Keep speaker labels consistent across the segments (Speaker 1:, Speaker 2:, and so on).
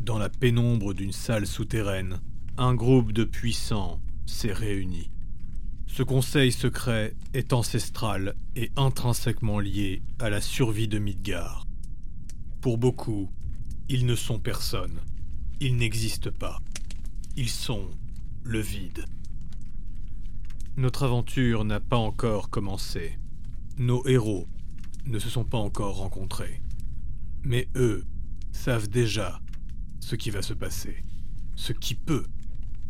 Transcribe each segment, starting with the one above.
Speaker 1: Dans la pénombre d'une salle souterraine, un groupe de puissants s'est réuni. Ce conseil secret est ancestral et intrinsèquement lié à la survie de Midgard. Pour beaucoup, ils ne sont personne. Ils n'existent pas. Ils sont le vide. Notre aventure n'a pas encore commencé. Nos héros ne se sont pas encore rencontrés. Mais eux savent déjà ce qui va se passer, ce qui peut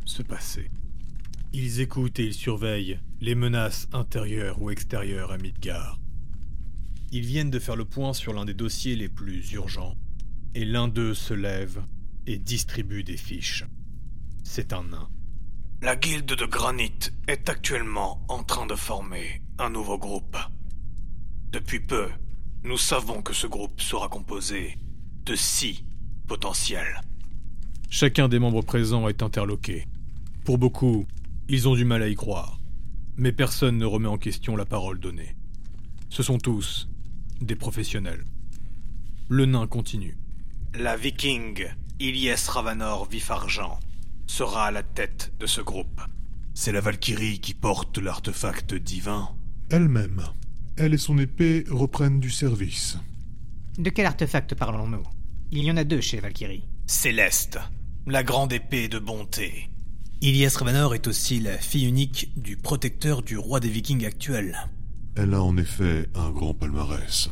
Speaker 1: se passer. Ils écoutent et ils surveillent les menaces intérieures ou extérieures à Midgard. Ils viennent de faire le point sur l'un des dossiers les plus urgents, et l'un d'eux se lève et distribue des fiches. C'est un nain.
Speaker 2: La guilde de granit est actuellement en train de former un nouveau groupe. Depuis peu, nous savons que ce groupe sera composé de six potentiels.
Speaker 1: Chacun des membres présents est interloqué. Pour beaucoup, ils ont du mal à y croire. Mais personne ne remet en question la parole donnée. Ce sont tous des professionnels. Le nain continue.
Speaker 2: La viking Ilyes Ravanor Vifargent sera à la tête de ce groupe. C'est la Valkyrie qui porte l'artefact divin.
Speaker 3: Elle-même. Elle et son épée reprennent du service.
Speaker 4: De quel artefact parlons-nous Il y en a deux chez Valkyrie.
Speaker 2: Céleste, la grande épée de bonté. Ilyes Ravanor est aussi la fille unique du protecteur du roi des Vikings actuel.
Speaker 3: Elle a en effet un grand palmarès,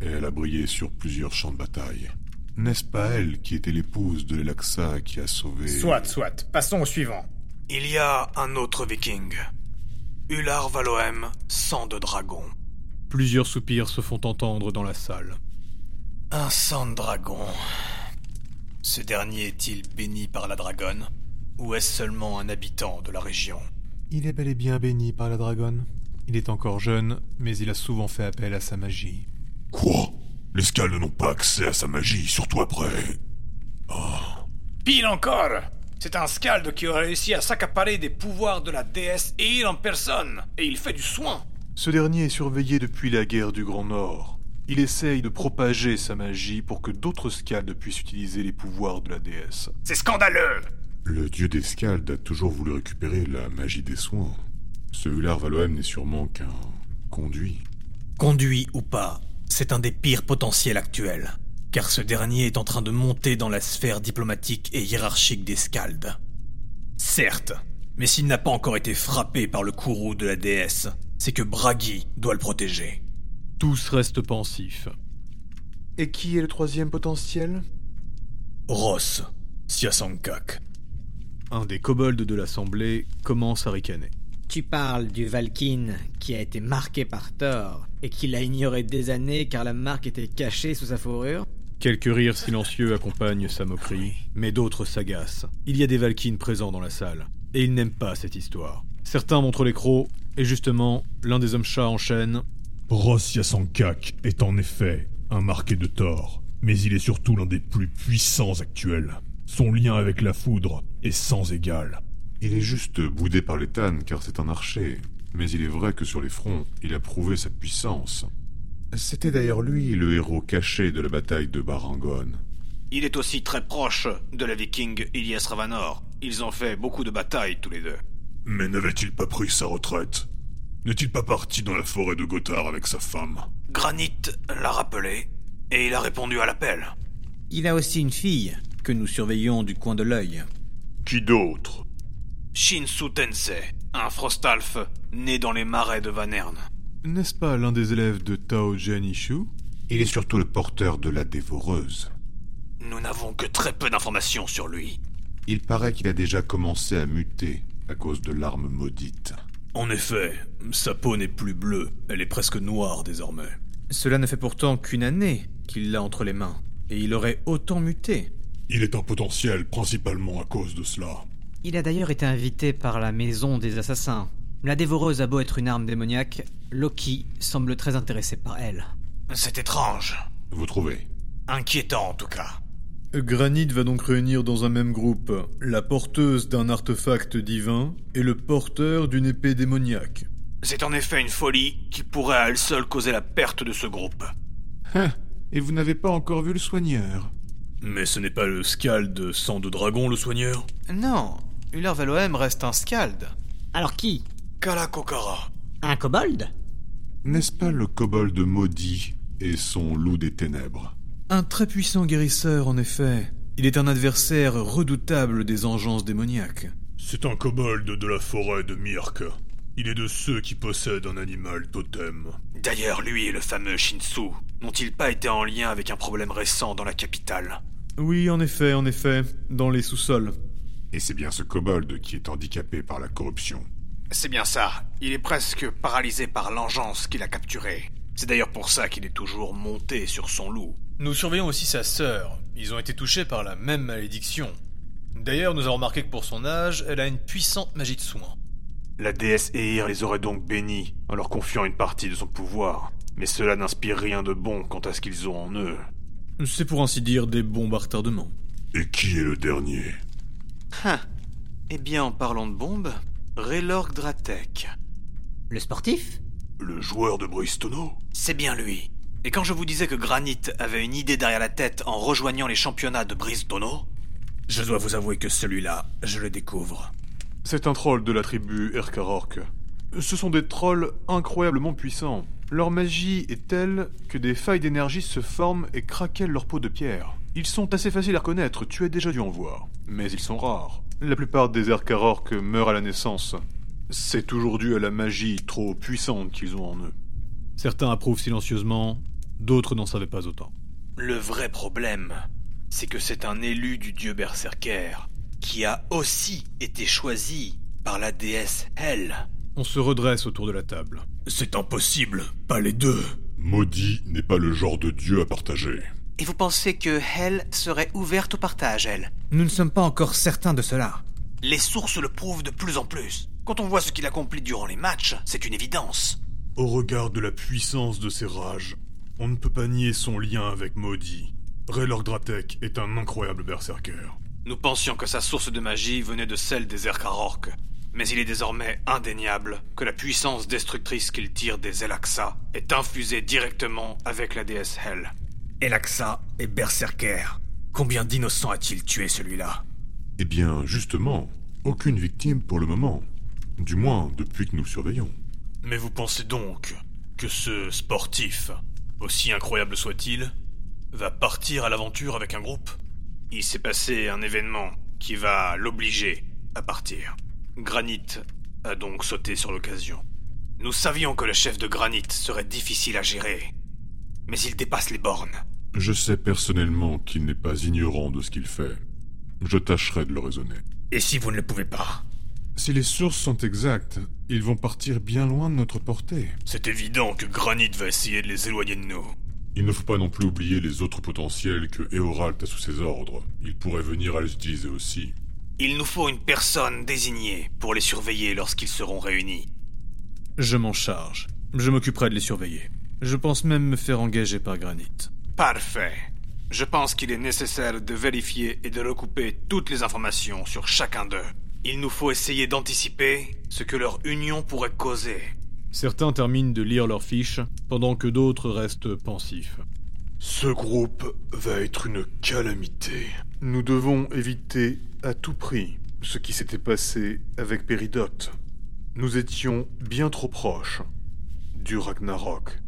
Speaker 3: et elle a brillé sur plusieurs champs de bataille. N'est-ce pas elle qui était l'épouse de Elaxa qui a sauvé...
Speaker 5: Soit, soit. Passons au suivant.
Speaker 2: Il y a un autre viking. Ular Valoem, sang de dragon.
Speaker 1: Plusieurs soupirs se font entendre dans la salle.
Speaker 2: Un sang de dragon. Ce dernier est-il béni par la dragonne Ou est-ce seulement un habitant de la région
Speaker 6: Il est bel et bien béni par la dragonne.
Speaker 1: Il est encore jeune, mais il a souvent fait appel à sa magie.
Speaker 3: Quoi Les Scaldes n'ont pas accès à sa magie, surtout après. Oh.
Speaker 7: Pile encore C'est un scalde qui a réussi à s'accaparer des pouvoirs de la déesse Eir en personne, et il fait du soin
Speaker 8: Ce dernier est surveillé depuis la guerre du Grand Nord. Il essaye de propager sa magie pour que d'autres scaldes puissent utiliser les pouvoirs de la déesse.
Speaker 7: C'est scandaleux
Speaker 3: Le dieu des Scaldes a toujours voulu récupérer la magie des soins. Ce Ular Valoem n'est sûrement qu'un conduit.
Speaker 2: Conduit ou pas, c'est un des pires potentiels actuels, car ce dernier est en train de monter dans la sphère diplomatique et hiérarchique des Scaldes. Certes, mais s'il n'a pas encore été frappé par le courroux de la déesse, c'est que Bragi doit le protéger.
Speaker 1: Tous restent pensifs.
Speaker 6: Et qui est le troisième potentiel
Speaker 2: Ross, Siasankak.
Speaker 1: Un des kobolds de l'assemblée commence à ricaner.
Speaker 4: Tu parles du Valkyne qui a été marqué par Thor et qui l'a ignoré des années car la marque était cachée sous sa fourrure
Speaker 1: Quelques rires silencieux accompagnent sa moquerie, mais d'autres s'agacent. Il y a des Valkynes présents dans la salle, et ils n'aiment pas cette histoire. Certains montrent les crocs, et justement, l'un des hommes chats enchaîne
Speaker 9: Ross Yasankak est en effet un marqué de Thor, mais il est surtout l'un des plus puissants actuels. Son lien avec la foudre est sans égal.
Speaker 3: Il est juste boudé par les tannes car c'est un archer, mais il est vrai que sur les fronts, il a prouvé sa puissance. C'était d'ailleurs lui le héros caché de la bataille de Barangon.
Speaker 2: Il est aussi très proche de la viking Ilyes Ravanor. Ils ont fait beaucoup de batailles tous les deux.
Speaker 3: Mais n'avait-il pas pris sa retraite N'est-il pas parti dans la forêt de Gothard avec sa femme
Speaker 2: Granit l'a rappelé, et il a répondu à l'appel.
Speaker 4: Il a aussi une fille, que nous surveillons du coin de l'œil.
Speaker 3: Qui d'autre
Speaker 2: Shinsu Tensei, un Frostalf né dans les marais de Vanerne.
Speaker 8: N'est-ce pas l'un des élèves de Tao Janishu
Speaker 3: Il est surtout le porteur de la dévoreuse.
Speaker 2: Nous n'avons que très peu d'informations sur lui.
Speaker 3: Il paraît qu'il a déjà commencé à muter à cause de l'arme maudite.
Speaker 2: En effet, sa peau n'est plus bleue, elle est presque noire désormais.
Speaker 4: Cela ne fait pourtant qu'une année qu'il l'a entre les mains, et il aurait autant muté.
Speaker 3: Il est un potentiel principalement à cause de cela.
Speaker 4: Il a d'ailleurs été invité par la maison des assassins. La dévoreuse a beau être une arme démoniaque, Loki semble très intéressé par elle.
Speaker 2: C'est étrange.
Speaker 3: Vous trouvez
Speaker 2: Inquiétant en tout cas.
Speaker 1: Granit va donc réunir dans un même groupe la porteuse d'un artefact divin et le porteur d'une épée démoniaque.
Speaker 2: C'est en effet une folie qui pourrait à elle seule causer la perte de ce groupe.
Speaker 8: Et vous n'avez pas encore vu le soigneur
Speaker 2: Mais ce n'est pas le Scald sang de dragon, le soigneur
Speaker 10: Non, Uller Valoem reste un Scald.
Speaker 11: Alors qui
Speaker 2: Kalakokara.
Speaker 11: Un kobold
Speaker 3: N'est-ce pas le kobold maudit et son loup des ténèbres
Speaker 2: Un très puissant guérisseur, en effet. Il est un adversaire redoutable des engences démoniaques.
Speaker 9: C'est un kobold de la forêt de Myrk. Il est de ceux qui possèdent un animal totem.
Speaker 2: D'ailleurs, lui et le fameux Shinsu n'ont-ils pas été en lien avec un problème récent dans la capitale
Speaker 9: Oui, en effet, en effet, dans les sous-sols.
Speaker 3: Et c'est bien ce kobold qui est handicapé par la corruption.
Speaker 2: C'est bien ça. Il est presque paralysé par l'engeance qu'il a capturé. C'est d'ailleurs pour ça qu'il est toujours monté sur son loup.
Speaker 12: Nous surveillons aussi sa sœur. Ils ont été touchés par la même malédiction. D'ailleurs, nous avons remarqué que pour son âge, elle a une puissante magie de soin.
Speaker 2: La déesse Eir les aurait donc bénis en leur confiant une partie de son pouvoir. Mais cela n'inspire rien de bon quant à ce qu'ils ont en eux.
Speaker 12: C'est pour ainsi dire des bombes à retardement.
Speaker 3: Et qui est le dernier
Speaker 10: Ah Eh bien, en parlant de bombes, Raylord Dratek.
Speaker 11: Le sportif
Speaker 3: Le joueur de Bristono
Speaker 10: C'est bien lui. Et quand je vous disais que Granit avait une idée derrière la tête en rejoignant les championnats de Bristono,
Speaker 2: je dois vous avouer que celui-là, je le découvre.
Speaker 8: C'est un troll de la tribu Erkarork. Ce sont des trolls incroyablement puissants. Leur magie est telle que des failles d'énergie se forment et craquellent leur peau de pierre. Ils sont assez faciles à reconnaître, tu as déjà dû en voir. Mais ils sont rares. La plupart des Erkarork meurent à la naissance. C'est toujours dû à la magie trop puissante qu'ils ont en eux.
Speaker 1: Certains approuvent silencieusement, d'autres n'en savaient pas autant.
Speaker 2: Le vrai problème, c'est que c'est un élu du dieu berserker qui a aussi été choisi par la déesse Hel.
Speaker 1: On se redresse autour de la table.
Speaker 2: C'est impossible, pas les deux.
Speaker 3: Maudit n'est pas le genre de dieu à partager.
Speaker 10: Et vous pensez que Hel serait ouverte au partage, elle
Speaker 4: Nous ne sommes pas encore certains de cela.
Speaker 10: Les sources le prouvent de plus en plus. Quand on voit ce qu'il accomplit durant les matchs, c'est une évidence.
Speaker 9: Au regard de la puissance de ses rages, on ne peut pas nier son lien avec Maudit. Raylord Dratek est un incroyable berserker.
Speaker 2: Nous pensions que sa source de magie venait de celle des Erkarork, mais il est désormais indéniable que la puissance destructrice qu'il tire des Elaxa est infusée directement avec la déesse Hel. Elaxa est berserker. Combien d'innocents a-t-il tué celui-là
Speaker 3: Eh bien, justement, aucune victime pour le moment. Du moins, depuis que nous le surveillons.
Speaker 2: Mais vous pensez donc que ce sportif, aussi incroyable soit-il, va partir à l'aventure avec un groupe il s'est passé un événement qui va l'obliger à partir. Granit a donc sauté sur l'occasion. Nous savions que le chef de Granit serait difficile à gérer, mais il dépasse les bornes.
Speaker 3: Je sais personnellement qu'il n'est pas ignorant de ce qu'il fait. Je tâcherai de le raisonner.
Speaker 2: Et si vous ne le pouvez pas
Speaker 3: Si les sources sont exactes, ils vont partir bien loin de notre portée.
Speaker 2: C'est évident que Granit va essayer de les éloigner de nous.
Speaker 3: Il ne faut pas non plus oublier les autres potentiels que Eoralt a sous ses ordres. Il pourrait venir à les utiliser aussi.
Speaker 10: Il nous faut une personne désignée pour les surveiller lorsqu'ils seront réunis.
Speaker 12: Je m'en charge. Je m'occuperai de les surveiller. Je pense même me faire engager par Granit.
Speaker 2: Parfait. Je pense qu'il est nécessaire de vérifier et de recouper toutes les informations sur chacun d'eux. Il nous faut essayer d'anticiper ce que leur union pourrait causer.
Speaker 1: Certains terminent de lire leurs fiches, pendant que d'autres restent pensifs.
Speaker 8: Ce groupe va être une calamité. Nous devons éviter à tout prix ce qui s'était passé avec Péridote. Nous étions bien trop proches du Ragnarok.